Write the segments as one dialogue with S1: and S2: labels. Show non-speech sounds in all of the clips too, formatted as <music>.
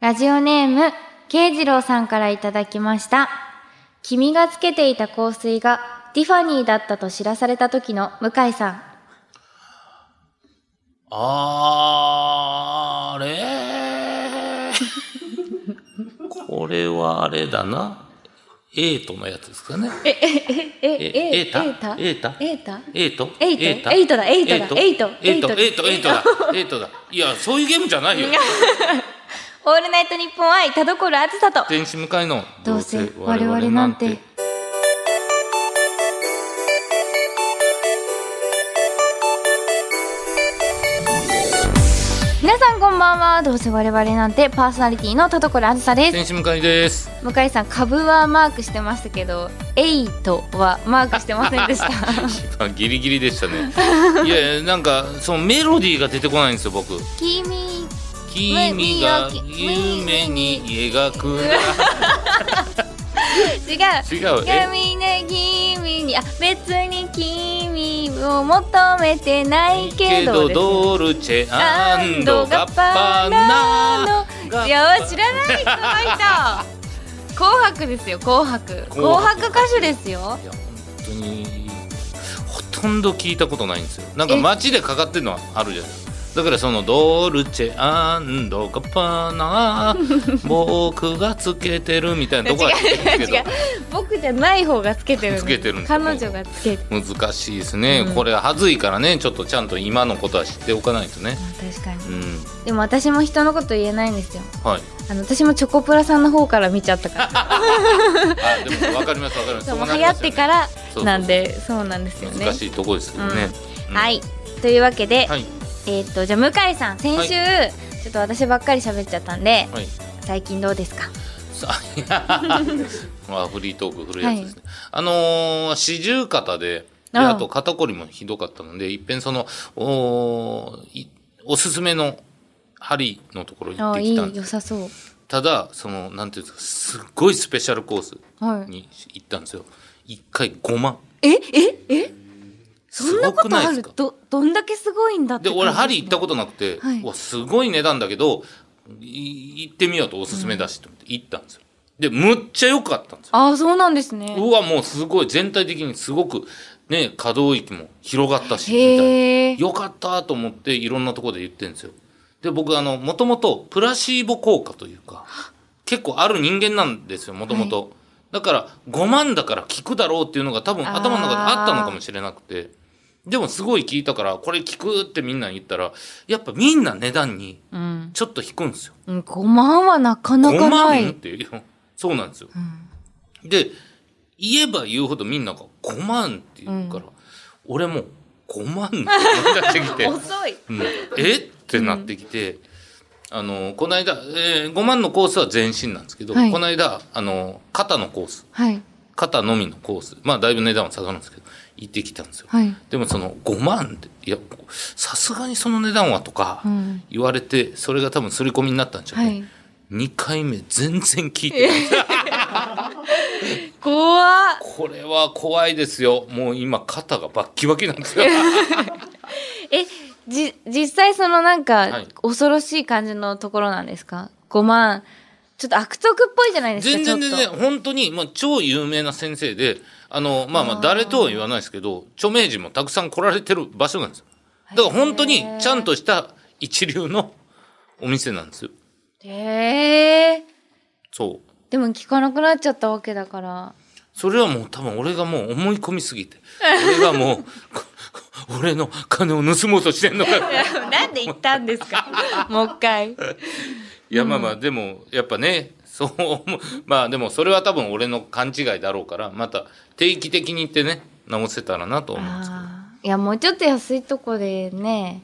S1: ラジオネーム、慶次郎さんからいただきました。君がつけていた香水がティファニーだったと知らされた時の向井さん。
S2: あれこれはあれだな。エイトのやつですかね。
S1: え、え、え、え、
S2: え、エイタエイタ
S1: エータ
S2: エイト
S1: エイトエイトだエイトだエイト
S2: エイト
S1: エ
S2: エ
S1: イ
S2: イ
S1: ト
S2: トエイトだエイトだ。いや、そういうゲームじゃないよ。
S1: オールナイトニッポン愛田所あずさと。
S2: 天使向かいの
S1: どうせ我々なんて。皆さんこんばんは。どうせ我々なんてパーソナリティの田所あずさです。
S2: 天使向かいです。
S1: 向井さん株はマークしてましたけど、エイトはマークしてませんでした。
S2: <laughs>
S1: <laughs>
S2: 今ギリギリでしたね。いやいや、なんかそのメロディーが出てこないんですよ、僕。
S1: 君
S2: 君が夢に描く。
S1: 違う。
S2: 違う。え
S1: 君ね君にあ別に君を求めてないけ
S2: け
S1: ど
S2: ど
S1: です
S2: ドルチェ
S1: アンドガ
S2: ガ
S1: ッパ
S2: ッパ
S1: ー
S2: ー
S1: ナ
S2: ナ
S1: いや知らない人がいた紅白ですよ紅白紅
S2: 紅
S1: 白
S2: 白
S1: 歌手ですよ
S2: いや本当にほとんど聞いたことないんですよなんか街でかかってるのはあるじゃないですかだからそのドルチェアンドガッパーナ僕がつけてるみたいなとこは聞いてるんです
S1: 違う僕じゃない方がつけてるんです
S2: つけてるんですよ
S1: 彼女がつけて
S2: けど難しいですね、
S1: うん
S2: これ恥ずいからねちょっとちゃんと今のことは知っておかないとね
S1: 確かに
S2: うん
S1: でも私も人のこと言えないんですよ
S2: はい
S1: あの私もチョコプラさんの方から見ちゃった
S2: <laughs>
S1: から
S2: あでも分かります分かります
S1: そうもう
S2: そうな
S1: 流
S2: り
S1: 行
S2: ま
S1: っ
S2: す
S1: て
S2: よね
S1: から
S2: そうそう
S1: なんでそうなんですよね
S2: 難しいとこですけどね、うん
S1: はいというわけで、
S2: はい
S1: えーっとじゃあ向井さん先週、ちょっと私ばっかり喋っちゃったんで
S2: はい
S1: 最近どうですか
S2: さ
S1: <laughs>
S2: まあフリートーク古いやつですね、あのー四十肩でで
S1: ああ
S2: あと肩こりもひどかったのでいっぺんそのおーいおすすめの針のところ行
S1: あ
S2: っ
S1: あ
S2: て
S1: い
S2: きたん
S1: い
S2: で
S1: 良さそう
S2: ただそのなんていうんですかすっごいスペシャルコース
S1: はい
S2: に行ったんですよ一回5万
S1: えええそんなことあ
S2: すごくないです
S1: る
S2: か
S1: どどんだけすごいんだって
S2: で俺針行ったことなくて、
S1: はいう
S2: わすごい値段だけどい行ってみようとおすすめだしと思って行ったんですよでむっちゃ良かったんですよ
S1: ああそうなんですね
S2: うわもうすごい全体的にすごくね可動域も広がったしみたい
S1: へえ
S2: なよかったと思っていろんなところで言ってるんですよで僕あのもともとプラシーボ効果というか結構ある人間なんですよもともとだから5万だから効くだろうっていうのが多分頭の中であったのかもしれなくてでもすごい聞いたからこれ効くってみんなに言ったらやっぱみんな値段に
S1: うん
S2: ちょっと引くんですよ
S1: うん5万はなかなか
S2: 5
S1: な
S2: 万っ
S1: い
S2: ていうそうなんですよ、で言えば言うほどみんなが5万って言うから、俺も5万って思い出してき
S1: <laughs>
S2: て、うん
S1: 遅い
S2: えってなってきて、あのこの間、えー、5万のコースは全身なんですけど、
S1: はい
S2: この間あの肩のコース
S1: はい
S2: 肩のみのコースまあだいぶ値段は下がるんですけど行ってきたんですよ、
S1: はい
S2: でもその5万っていやさすがにその値段はとか
S1: うん
S2: 言われて、それが多分刷り込みになったんじゃ
S1: は
S2: ない、
S1: い
S2: 2回目全然聞いてない
S1: 怖っ
S2: これは怖いですよもう今肩がバッキバキなんですよ
S1: えじ実際そのなん
S2: は
S1: か
S2: い
S1: 恐ろしい感じのところなんですか5万ちょっと悪徳っぽいじゃないですか
S2: <laughs> 全然
S1: ちょ
S2: 全
S1: っと
S2: 然本当に、まあ、超有名な先生であのまあま
S1: あー
S2: あ誰とは言わないですけど著名人もたくさん来られてる場所なんですよだから本当にちゃんとした一流のお店なんですよ
S1: へえ
S2: そう
S1: でも聞かなくなっちゃったわけだから
S2: それはもう多分俺がもう思い込みすぎて俺がもうこ <laughs> こ俺の金を盗もうとしてんのか
S1: <laughs> なんで行ったんです <laughs> かもう一回。
S2: いやまあまあでもやっぱねそう思う <laughs> まあでもそれは多分俺の勘違いだろうからまた定期的に行ってね直せたらなと思うんですけ
S1: あーいやもうちょっと安いとこでね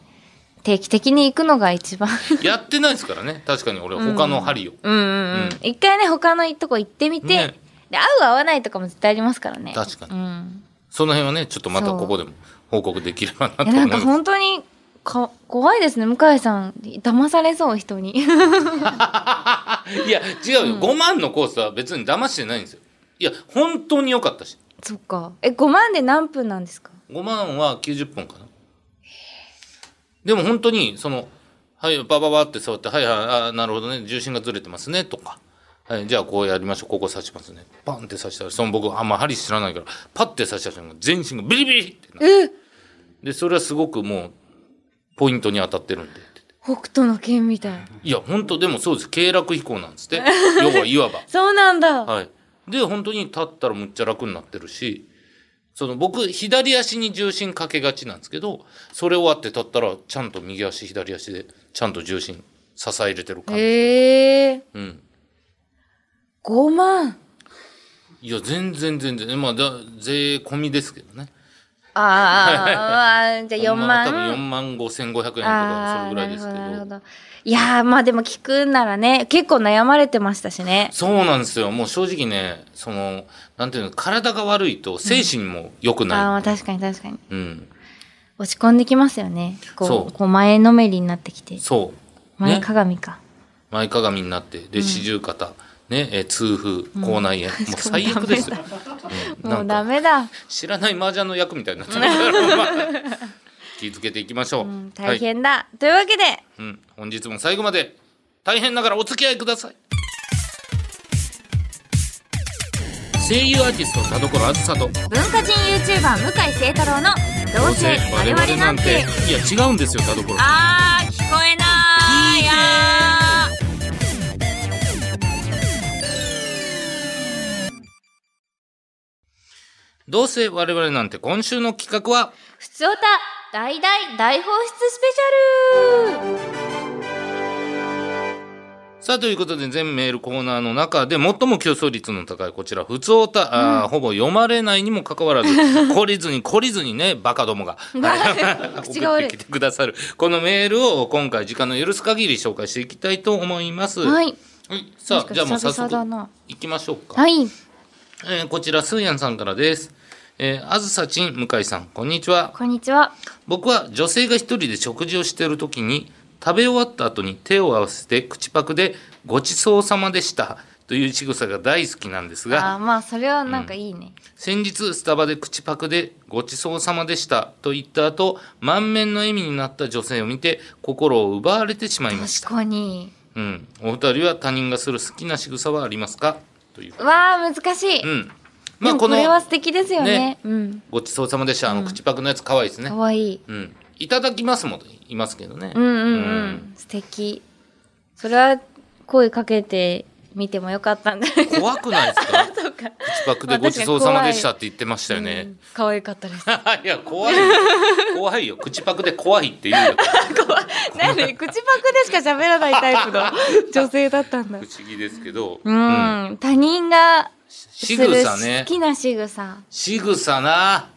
S1: 定期的に行くのが一番
S2: どやってないですからね確かに俺他の針を、
S1: うんうん、うん
S2: うん、
S1: 一回ね他のとこ行ってみて、
S2: ね
S1: で合う合わないとかも絶対ありますからね
S2: 確かに
S1: うん、
S2: その辺はねちょっとまたここでも報告できればなと
S1: いやな
S2: 思
S1: いんか
S2: ます
S1: 本当にか怖いですね向井さん騙されそう人 <laughs> に
S2: いや違うよ、5万のコースは別に騙してないんですよいや本当に良かったし
S1: そっかえ5万で何分なんですか
S2: 5万は90本かなでも本当にそのはい、バババって触って、はい、はい、あなるほどね、重心がずれてますね、とか。はい、じゃあこうやりましょう、ここ刺しますね。パンって刺したら、その僕、あんま針知らないから、パッて刺した瞬間、全身がビリビリってなる
S1: え
S2: で、それはすごくもう、ポイントに当たってるんで。
S1: 北斗の剣みたい。
S2: いや、本当でもそうです。軽落飛行なんですって。要はいわば。
S1: そうなんだ。
S2: はい。で、本当に立ったらむっちゃ楽になってるし、その僕、左足に重心かけがちなんですけど、それ終わって立ったら、ちゃんと右足、左足で、ちゃんと重心、支え入れてる感じ。
S1: ええ
S2: うん。
S1: 5万。
S2: いや、全然全然。まあ、だ税込みですけどね。
S1: ああ、
S2: <laughs>
S1: ああじゃあ4
S2: まあ
S1: 万。
S2: 多分4万5千500円とか、
S1: あ
S2: それ
S1: あ
S2: ぐらいですけ
S1: なるほ。
S2: ど
S1: ど。なるほどいやー、まあでも聞くんならね、結構悩まれてましたしね。
S2: そうなんですよ。もう正直ね、その、なんていうの、体が悪いと精神も良く
S1: ああ、ま
S2: な
S1: あ確かに確かに。
S2: い。うん。
S1: 落ち込んできますよね。こ、
S2: そうう
S1: こう前のめりになってきて。
S2: そう。
S1: 前
S2: ね。
S1: かがみか。
S2: 前かがみになって、で、四十肩、ね、えー痛風、口内炎。
S1: <laughs>
S2: もう最悪ですよ。う
S1: も
S2: んな
S1: うんダ
S2: か、
S1: メだ。
S2: 知らない麻雀の役みたいになってるから、まあ <laughs> 気づけていきましょう。
S1: うん大変だ。というわけで、
S2: うん、本日も最後まで大変ながらお付き合いください声優アーティスト田所あずさと
S1: 文化人 YouTuber 向井聖太郎の「どうせ我々なんて
S2: いや違うんですよ田所」
S1: あー聞こえないやー
S2: どうせ我々なんて今週の企画は
S1: 「ふつおた大大大放出スペシャル
S2: さあということで全メールコーナーの中で最も競争率の高いこちら普通おた、あーほぼ読まれないにもかか
S1: <laughs>
S2: わらず懲りずに懲りずにねバカどもが
S1: <laughs> 口が悪い
S2: 送ってきてくださるこのメールを今回時間の許す限り紹介していきたいと思います。」
S1: はい
S2: はい、さあ、じゃあもう早
S1: 久々だ
S2: 速
S1: な
S2: 行きましょうか。
S1: はい
S2: えーこちら、スーヤンさんからです。えーあずさちん、向井さん、こんにちは。
S1: こんにちは
S2: 僕は女性が一人で食事をしている時に、食べ終わった後に手を合わせて口パクで、ごちそうさまでした。という仕草が大好きなんです
S1: あ
S2: が
S1: ー、まあそれはなんかいいね、
S2: 先日スタバで口パクでごちそうさまでしたと言った後、満面の笑みになった女性を見て心を奪われてしまいました。
S1: 確かに
S2: うん。お二人は他人がする好きな仕草はありますかという。
S1: わあ難しい、
S2: うん。
S1: ま
S2: ま
S1: あ、
S2: あ
S1: こ
S2: この
S1: れは素敵ですよね
S2: ね
S1: うん
S2: ごちそうさまでした。あの口パクのやつ可愛いですね
S1: か。わいい
S2: うん。いただきますも言いますけどね。
S1: うんうんうん、
S2: うん
S1: 素敵それは声かけてみてもよかったんじゃない <laughs> か
S2: 怖くないですか
S1: とか
S2: 口パクでごちそうさまでしたって言ってましたよ
S1: う
S2: ね
S1: ん。可愛かった
S2: <laughs>
S1: です
S2: いや、怖いよ。
S1: <laughs>
S2: 怖いよ。口パクで怖いって言うよ。
S1: なんで口パクでしか喋らないタイプ
S2: <laughs>
S1: の女性だったんだ
S2: 不思議ですけど。
S1: <laughs> うん、他人が
S2: 仕草
S1: する好
S2: ね。
S1: きな仕草
S2: 仕草な。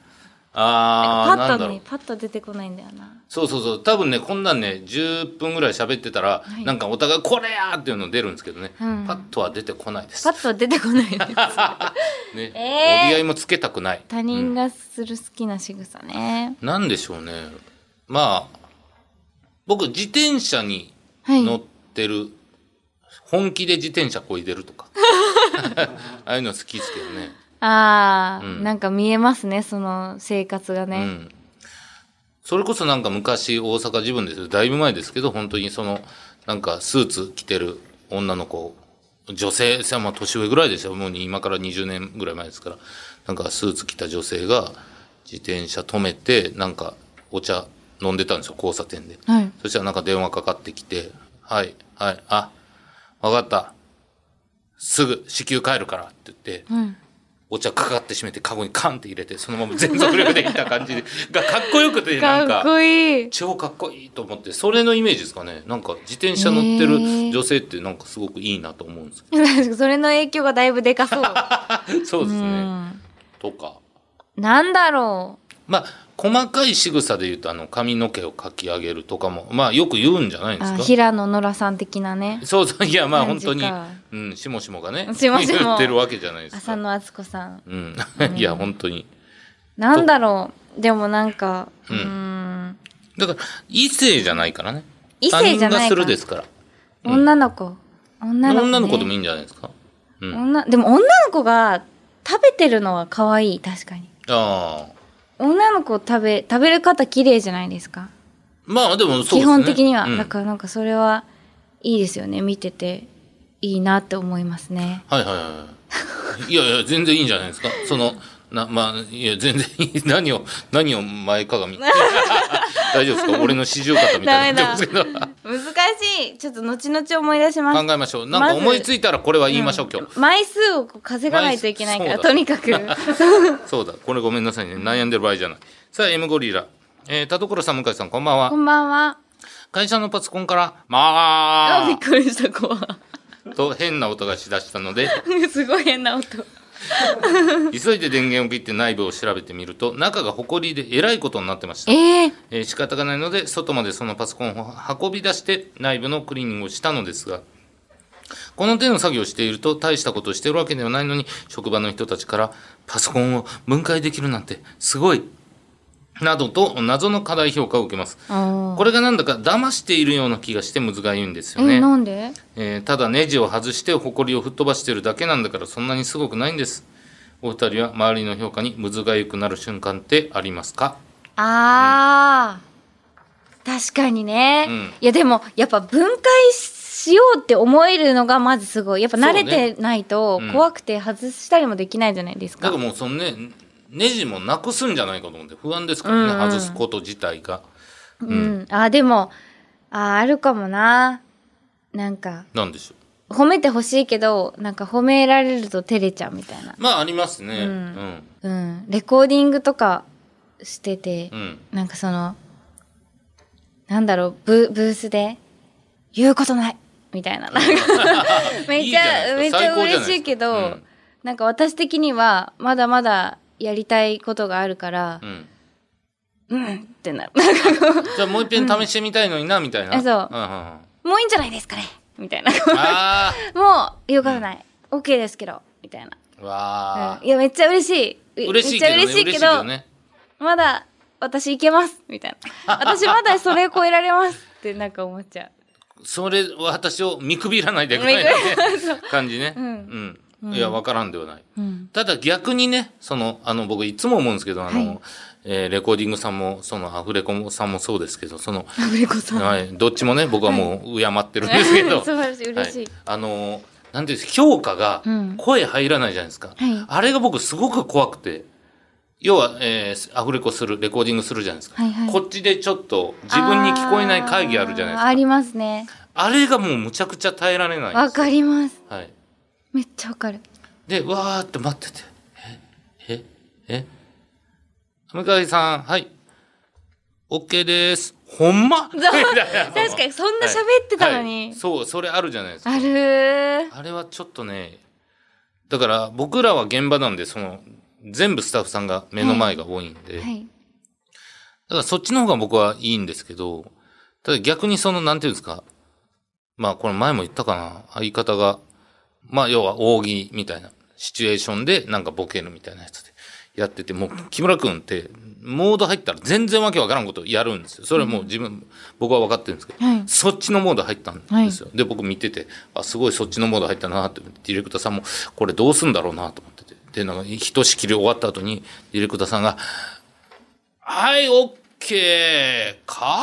S2: あ
S1: パ
S2: ー、な
S1: ッ
S2: んだ
S1: と
S2: ろ
S1: ね
S2: う。
S1: パッと出てこないんだよな
S2: そうそうそう。多分ね、こんなんね、10分ぐらい喋ってたら、
S1: い
S2: なんかお互いこれやーっていうの出るんですけどね。
S1: うん
S2: パッとは出てこないです
S1: パ。ッと出てこ
S2: <laughs>
S1: ないです
S2: ね、
S1: えー
S2: 折り合いもつけたくない。
S1: 他人がする好きな仕草ね、
S2: なんでしょうね。まあ、僕、自転車に
S1: は
S2: 乗
S1: い
S2: ってる、本気で自転車こいでるとか。 <laughs> ああいうの好きですけどね。
S1: あー、
S2: うん
S1: なんか見えますねその生活が
S2: う
S1: ね、
S2: ん。それこそなんか昔、大阪自分ですよ。だいぶ前ですけど、本当にその、なんかスーツ着てる女の子、女性、さまあ年上ぐらいでしたよ。もう今から20年ぐらい前ですから。なんかスーツ着た女性が、自転車止めて、なんかお茶飲んでたんですよ、交差点で。
S1: はい
S2: そしたらなんか電話かかってきて、はい、はい、あ、わかった。すぐ、支給帰るからって言って、
S1: うん
S2: お茶かかって閉めて、カゴにカンって入れて、そのまま全速力でいった感じで、が <laughs> かっこよくて、なん
S1: かっ
S2: か、
S1: こい <laughs> い
S2: 超かっこいいと思って、それのイメージですかね。なんか、自転車乗ってる
S1: へー
S2: 女性ってなんかすごくいいなと思うんですけ
S1: 確かにそれの影響がだいぶでか
S2: <laughs>
S1: そう。
S2: ど。そうです
S1: う
S2: ね。
S1: ん
S2: とか。
S1: なんだろ。
S2: まあ、細かい仕草で言うと、あの、髪の毛をかき上げるとかも、まあ、よく言うんじゃないうです
S1: あ
S2: か。
S1: 平野ノラさん的なね。
S2: そうそう、いや、まあ
S1: 感
S2: 本
S1: じか
S2: 当に、うん、しもしもがね、
S1: しもしも
S2: 言ってるわけじゃないです
S1: 浅
S2: か。
S1: 野敦子さん。
S2: うん、 <laughs> いや、本当に。
S1: なんだろう。でもなんか、う
S2: うん
S1: ーん。
S2: だから、異性じゃないからね。
S1: 異性じゃ
S2: 他人
S1: な
S2: が
S1: い
S2: す
S1: か
S2: る
S1: ら
S2: ですから。うん
S1: 女の子。女の子、ね。
S2: 女の子でもいいんじゃないですか。うん。あ
S1: 女でも女の子が食べてるのは可愛い、確かに。
S2: あー。
S1: 女の子食べ、食べる方綺麗じゃないですか。
S2: まあでもそうですね
S1: 基本的には、
S2: うん
S1: だからなんかそれはいいですよね見てていいなって思いますね
S2: はいはいはい。いやいや、全然いいんじゃないですか。その、な、まあ、いや、全然いい。 <laughs> 何を、何を前か
S1: <laughs>
S2: がみ。大丈夫ですか俺の四十肩みたいになってますけど。
S1: 難しいちょっと後々思い出しま
S2: <laughs> 考えましょう。なんか思いついたらこれは言いましょう、今日。
S1: 枚数をこう稼がないといけないから
S2: 枚数そ
S1: と
S2: うだ
S1: に
S2: <laughs>
S1: かく
S2: そうだ。これごめんなさいね。悩んでる場合じゃない。さあ、M ゴリラ。えー、田所さん、向井さん、こんばんは
S1: こ。んばんは
S2: 会社のパソコンから、
S1: あび
S2: ま
S1: っくりした子は
S2: あと変な音がしだしたので、
S1: <laughs> すごい変な音
S2: 急いで電源を切って内部を調べてみると、中が埃でえらいことになってました。
S1: ええ
S2: えー仕方がないので外までそのパソコンを運び出して内部のクリーニングをしたのですがこの手の作業をしていると大したことをしているわけではないのに職場の人たちからパソコンを分解できるなんてすごいなどと謎の過大評価を受けます
S1: あ
S2: これがなんだか騙しているような気がして難しいんです
S1: ー
S2: よ
S1: え
S2: ね
S1: なんで
S2: えーただネジを外して埃を吹っ飛ばしてるだけなんだからそんなにすごくないんですお二人は周りの評価にむずがゆくなる瞬間ってありますか
S1: あー、確かにね、
S2: うん
S1: いやでもやっぱ分解しようって思えるのがまずすごいやっぱ慣れてないと
S2: そうねうん
S1: 怖くて外したりもできないじゃないです
S2: だ
S1: か,、
S2: からもうそのねネジもなくすんじゃないかと思って不安ですからね、
S1: うんうん
S2: 外すこと自体が
S1: うん、あーでもあーあるかもななんか
S2: なんでしょ
S1: 褒めてほしいけどなんか褒められると照れちゃうみたいな
S2: うまあありますね
S1: う
S2: うんん、
S1: うんレコーディングとかしてて、
S2: うん
S1: なんかその、なんだろう、ブブースで、言うことないみたいな。なんか
S2: <laughs>
S1: めっちゃ
S2: いいじゃない
S1: め
S2: で
S1: っち
S2: すか
S1: ゃ
S2: 最高じゃないですか
S1: 嬉しいけど、
S2: うん
S1: なんか私的には、まだまだやりたいことがあるから
S2: う、ん
S1: ってなる。なんかこ
S2: じゃあもう一遍試してみたいのにな、みたいな
S1: あそうん
S2: んんあ
S1: うもういいんじゃないですかねみ
S2: <laughs>
S1: たいな。
S2: あ
S1: もう、言うことない。OK、ですけど、みたいな。
S2: ーわあ
S1: うん、いや、めっちゃ嬉しい。う
S2: 嬉しいけど、ね、
S1: めっちゃ嬉しいけど、
S2: ね
S1: まだ私いけますみたいな。私まだそれ超えられますってなんか思っちゃう。
S2: それ私を見くびらないでくれない
S1: 見くびら
S2: 感じね
S1: う
S2: うん、いやわからんで <laughs> はない
S1: うん。
S2: ただ逆にね、その、あの、僕いつも思うんですけど、あの、
S1: はい
S2: えーレコーディングさんも、その、アフレコさんもそうですけど、その、
S1: ラブレコさん。
S2: はい、どっちもね、僕はもう敬ってるんですけ
S1: <laughs>
S2: ど、
S1: 素晴らしい、嬉しい。
S2: はいあのー、なんていうんです評価が
S1: うん
S2: 声入らないじゃないですか。
S1: はい
S2: あれが僕すごく怖くて、要は、えーアフレコする、レコーディングするじゃないですか。
S1: はいはい
S2: こっちでちょっと自分に聞こえない会議あるじゃ
S1: あーあ
S2: ないです
S1: りますね。
S2: か。あれがもうむちゃくちゃ耐えられないんですよ
S1: わかります。
S2: はい。
S1: めっちゃわかる。
S2: で、わーって待ってて。えええ向井さん、はい。OK です。ほ
S1: <laughs>
S2: んまみたいな
S1: 確かにそんな喋ってたのに
S2: はいはいそう、それあるじゃないですか。
S1: あるー。
S2: あれはちょっとね、だから僕らは現場なんで、その、全部スタッフさんが目の前が多いんで、
S1: はい。
S2: だからそっちの方が僕はいいんですけど、ただ逆にその、なんていうんですか、まあこれ前も言ったかな、相方が、まあ要は扇みたいな、シチュエーションでなんかボケるみたいなやつでやってて、もう木村くんって、モード入ったら全然わけわからんことやるんですよ。それはもう自分、僕は分かってるんですけど、
S1: はい
S2: そっちのモード入ったんですよ。で、僕見てて、あ、すごいそっちのモード入ったなって、ディレクターさんも、これどうすんだろうなと思ってて。で、なんか、ひとしきり終わった後に、ディレクターさんが、はい、オッケーか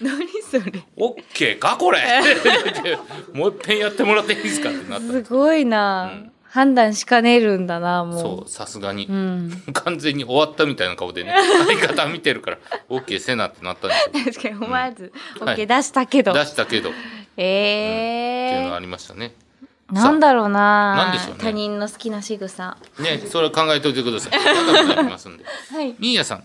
S1: 何それ。
S2: オッケーかこ <laughs> れって言ってもう一遍やってもらっていいですかってなった。
S1: すごいな、判断しかねるんだな、もう。
S2: そう、さすがに。
S1: ん
S2: 完全に終わったみたいな顔で <laughs> ね、相方見てるから、オッケーせなってなったんですよ。
S1: 確かに思わず、オ
S2: は
S1: ッ
S2: い
S1: ケー出したけど。
S2: 出したけど、っていうの
S1: え
S2: が
S1: ー
S2: ありましたね。
S1: なんだろうな
S2: なんでしょうね
S1: 他人の好きな仕草。
S2: ね、それは考えておいてください。まだまだありますんで。
S1: はい。
S2: みーやさん。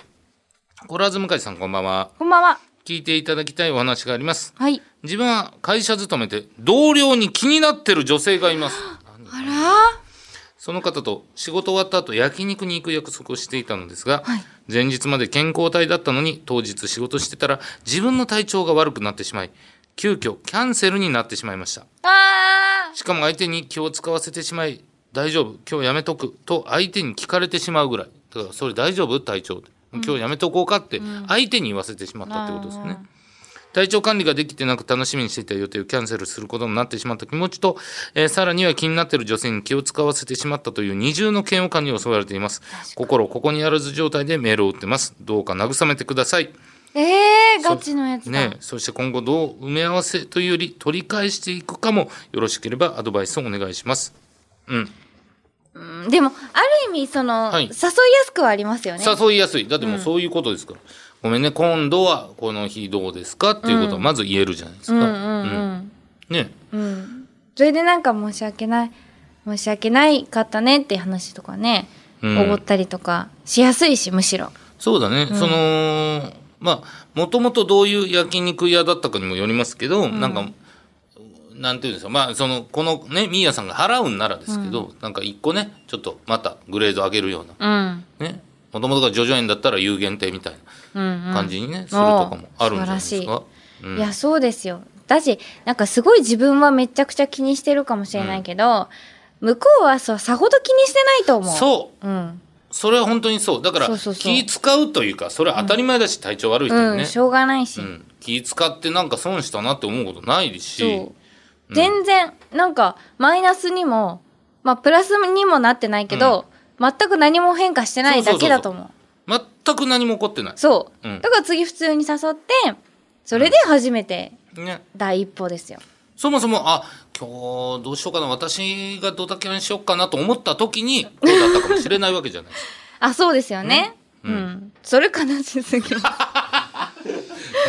S2: コラーズ向井さんこんばんは。
S1: こんばんは。
S2: 聞いていただきたいお話があります。
S1: はい。
S2: 自分は会社勤めて同僚に気になってる女性がいます。
S1: あら
S2: その方と仕事終わった後焼肉に行く約束をしていたのですが、
S1: はい
S2: 前日まで健康体だったのに当日仕事してたら自分の体調が悪くなってしまい、急遽キャンセルになってしまいました。
S1: あ
S2: しかも相手に気を使わせてしまい、大丈夫、今日やめとくと相手に聞かれてしまうぐらい。だから、それ大丈夫体調。今日やめとこうかって、相手に言わせてしまったってことですね。体調管理ができてなく楽しみにしていた予定をキャンセルすることになってしまった気持ちと、えーさらには気になっている女性に気を使わせてしまったという二重の嫌悪感に襲われています心ここにあらず状態でメールを打ってますどうか慰めてください
S1: えー、ガチのやつだ。
S2: ね、そして今後どう埋め合わせというより取り返していくかもよろしければアドバイスをお願いします。うん、
S1: うんでも、ある意味、その、
S2: はい
S1: 誘いやすくはありますよね。
S2: 誘いやすい。だってもううそういうことですから。ごめんね、今度はこの日どうですかっていうことをまず言えるじゃないですか。
S1: うんうん
S2: ね、
S1: うん。うん。それでなんか申し訳ない、申し訳ないかったねって話とかね、
S2: うん
S1: おごったりとかしやすいし、むしろ。
S2: そうだね。その、まあ、もともとどういう焼肉屋だったかにもよりますけど、なんか、なんていうんですか、まあ、その、このね、ミーヤさんが払うんならですけど、なんか一個ね、ちょっとまたグレード上げるような。
S1: うん。
S2: ね、もともとが叙々苑だったら有限定みたい
S1: うん
S2: な感じにね、するとかもあるんじゃないですか
S1: お。いや、そうですよ。だし、なんかすごい自分はめちゃくちゃ気にしてるかもしれないけど、向こうはそう、さほど気にしてないと
S2: うん
S1: 思う。
S2: そう
S1: う。うん。
S2: それは本当にそうだから
S1: そうそうそう
S2: 気使うというかそれは当たり前だし、体調悪い人に
S1: う
S2: ね
S1: ん、、しょうがないし。
S2: うん気使ってなんか損したなって思うことないし
S1: そう。全然、なんか、マイナスにも、まあ、プラスにもなってないけど、全く何も変化してないだけだと思う。
S2: 全く何も起こってない
S1: そう。
S2: うん
S1: だから次普通に誘って、それで初めて
S2: ね、
S1: 第一歩ですよ。
S2: そもそもあ今日どうしようかな私がドタキャンしようかなと思った時にこうだったかもしれないわけじゃない
S1: あ、そうですよね。うん。それ悲しす <laughs> ぎる。 <laughs>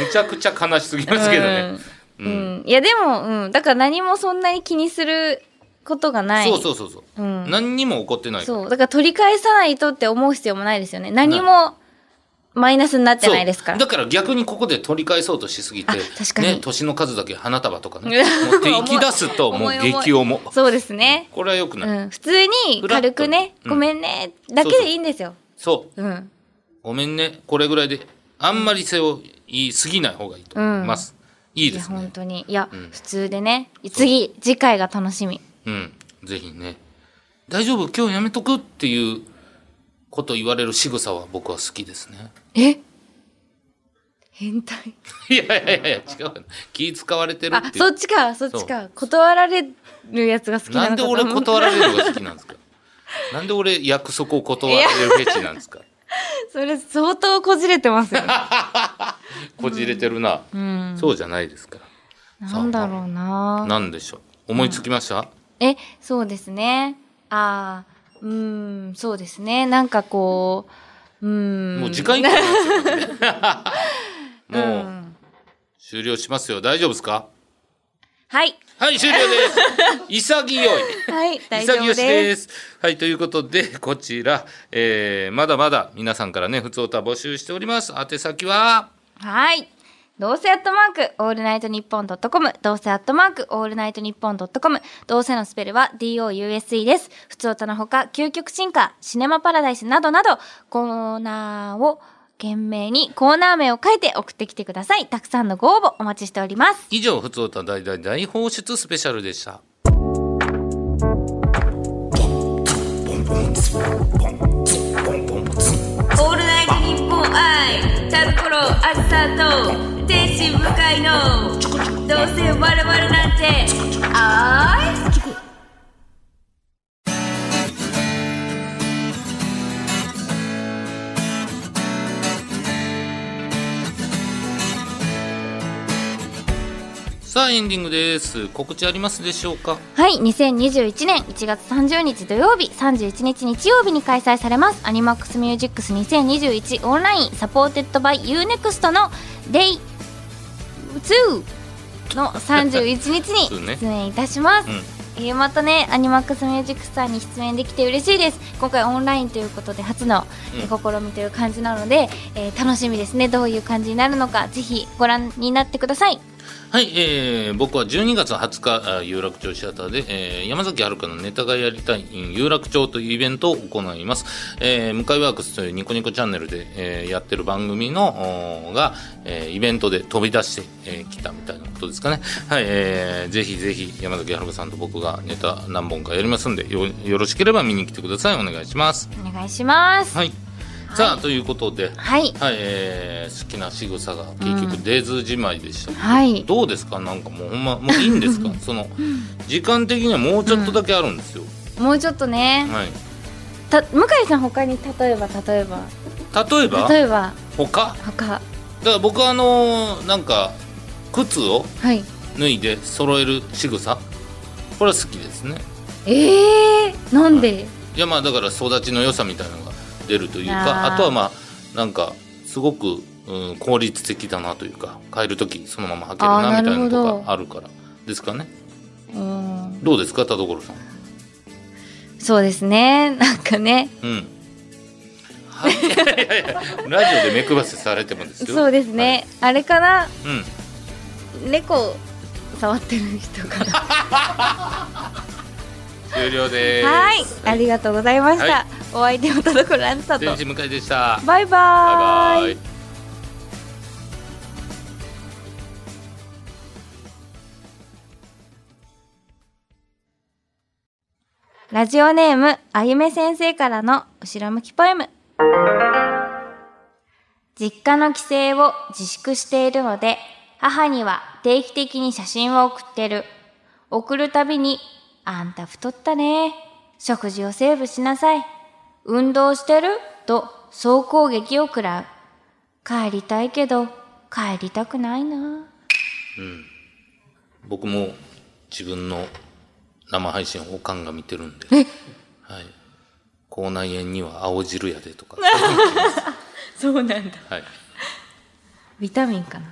S2: むちゃくちゃ悲しすぎますけどね、
S1: うん。うんいや、でも、うん。だから何もそんなに気にすることがない。
S2: そうそうそうそう、
S1: うん
S2: 何にも起こってないから
S1: そう。だから取り返さないとって思う必要もないですよね。何もマイナスになってないですから。
S2: そうだから逆にここで取り返そうとしすぎて
S1: あ確かに
S2: ね、年の数だけ花束と
S1: <laughs>
S2: かね持って
S1: 重
S2: い
S1: い
S2: き出すともう激重
S1: そうですね。
S2: これはよくない、
S1: うん、普通に軽くね、
S2: フ
S1: ご
S2: ラットにうん
S1: めんね、だけでいいんですよ。
S2: そう
S1: うん。
S2: ごめんねこれぐらいであんまり背を言い過ぎない方がいいと思います、いい
S1: い
S2: で
S1: や、
S2: す
S1: 本
S2: ね
S1: 当に。いや、
S2: ん
S1: 普通でね。次、次回が楽しみ。
S2: うんぜひね大丈夫今日やめとくっていうこと言われる仕草は僕は好きですね <laughs>
S1: え変態。
S2: いやいやいやいや違うわ気使われてるっ
S1: あ、
S2: ていう
S1: そっちか、そっちか。断られるやつが好きなの
S2: な
S1: か
S2: んで
S1: と
S2: 俺
S1: 思った
S2: 断られるのが好きなんですか
S1: <laughs>
S2: なんで俺約束を断られるフェチなんですか
S1: <laughs> それ相当こじれてます
S2: <laughs>
S1: よ。
S2: こじれてるな、
S1: うん。
S2: そうじゃないですから
S1: なんだろうな
S2: なんでしょう思いつきました、
S1: え、そうですね。ああ、うーん、そうですね。なんかこう、うーん。
S2: もう時間いっぱいなんですよもう、
S1: ん
S2: 終了しますよ大丈夫ですか
S1: はい。
S2: はい終了です
S1: <laughs>
S2: 潔い
S1: はい、大丈夫
S2: 潔
S1: で
S2: し
S1: す。
S2: です。はい、ということで、こちら、えー、まだまだ皆さんからね、ふつおた募集しております。宛先は、
S1: はい。どうせアットマーク、オールナイトニッポンドットコム。どうせアットマーク、オールナイトニッポンドットコム。どうせのスペルは DOUSE です。普通歌のほか、究極進化、シネマパラダイスなどなど、コーナーを懸命にコーナー名を書いて送ってきてください。たくさんのご応募お待ちしております。
S2: 以上、ふつおた大大大放出スペシャルでした。
S3: オールナイトニッポン愛タルコロアスターと天使向かいのどうせ我々なんてあい
S2: さあ、エンディングです。告知ありますでしょうか
S1: はい、2021年1月30日土曜日、31日日曜日に開催されます、アニマックスミュージックス2021オンラインサポーテッドバイ UNEXT の Day2 の31日
S2: <laughs> そう
S1: に
S2: ね
S1: 出演いたします。
S2: うん
S1: えーまたね、アニマックスミュージックスさんに出演できて嬉しいです。今回オンラインということで初の、えー試みという感じなので、えー楽しみですね。どういう感じになるのか、ぜひご覧になってください。
S2: はい、えー、僕は12月20日、あ有楽町シアターで、えー、山崎遥のネタがやりたい in 有楽町というイベントを行います。えー、向井ワークスというニコニコチャンネルで、えーやってる番組の、おーが、えーイベントで飛び出してき、えー来たみたいなことですかね。はい、えー、ぜひぜひ山崎遥さんと僕がネタ何本かやりますんで、よ、よろしければ見に来てください。お願いします。
S1: お願いします。
S2: はい。さあということで、
S1: はい。
S2: はいえー好きな仕草が結局出ずじまいでした、
S1: はい。
S2: どうですかなんかもうほんまもういいんで
S1: <laughs>
S2: すかその時間的にはもうちょっとだけあるんですよ、
S1: もうちょっとね。
S2: はい、
S1: た向井さん他に例えば例えば
S2: 例えば
S1: 例えば
S2: 他
S1: 他
S2: だから僕はあのーなんか靴を
S1: はい。
S2: 脱いで揃える仕草これは好きですね
S1: ええー、なんで？
S2: いやまあだから育ちの良さみたいなのが出るというか
S1: あー
S2: あとはまあなんかすごく、うん、効率的だなというか帰る時そのまま履ける
S1: あー
S2: なみたいな
S1: なるほ
S2: のと
S1: ど
S2: かあるからですかね
S1: うん。
S2: どうですか田所さん
S1: そうですね。 <laughs> なんかね。
S2: うんはいいやいやいやラジオで目配せされてもですよ
S1: そうですね。あれかな
S2: はいうん
S1: 猫触ってる人か <laughs> な。
S2: 終了です
S1: はい。ありがとうございました。
S2: は
S1: お相手は田所あんさと。
S2: 天使向井でした
S1: バイバ
S2: バ
S1: ー
S2: イバ
S1: イ
S2: イ。
S1: ラジオネーム、あゆめ先生からの後ろ向きポエム。実家の帰省を自粛しているので、母には定期的に写真を送ってる。送るたびに、あんた太ったね。食事をセーブしなさい。運動してると総攻撃を食らう。帰りたいけど、帰りたくないな。
S2: 僕も自分の生配信をおかんが見てるんで、はい、口内炎に
S1: <laughs>
S2: は青汁やでとか、
S1: そうなんだ。
S2: はい、
S1: ビタミンかな。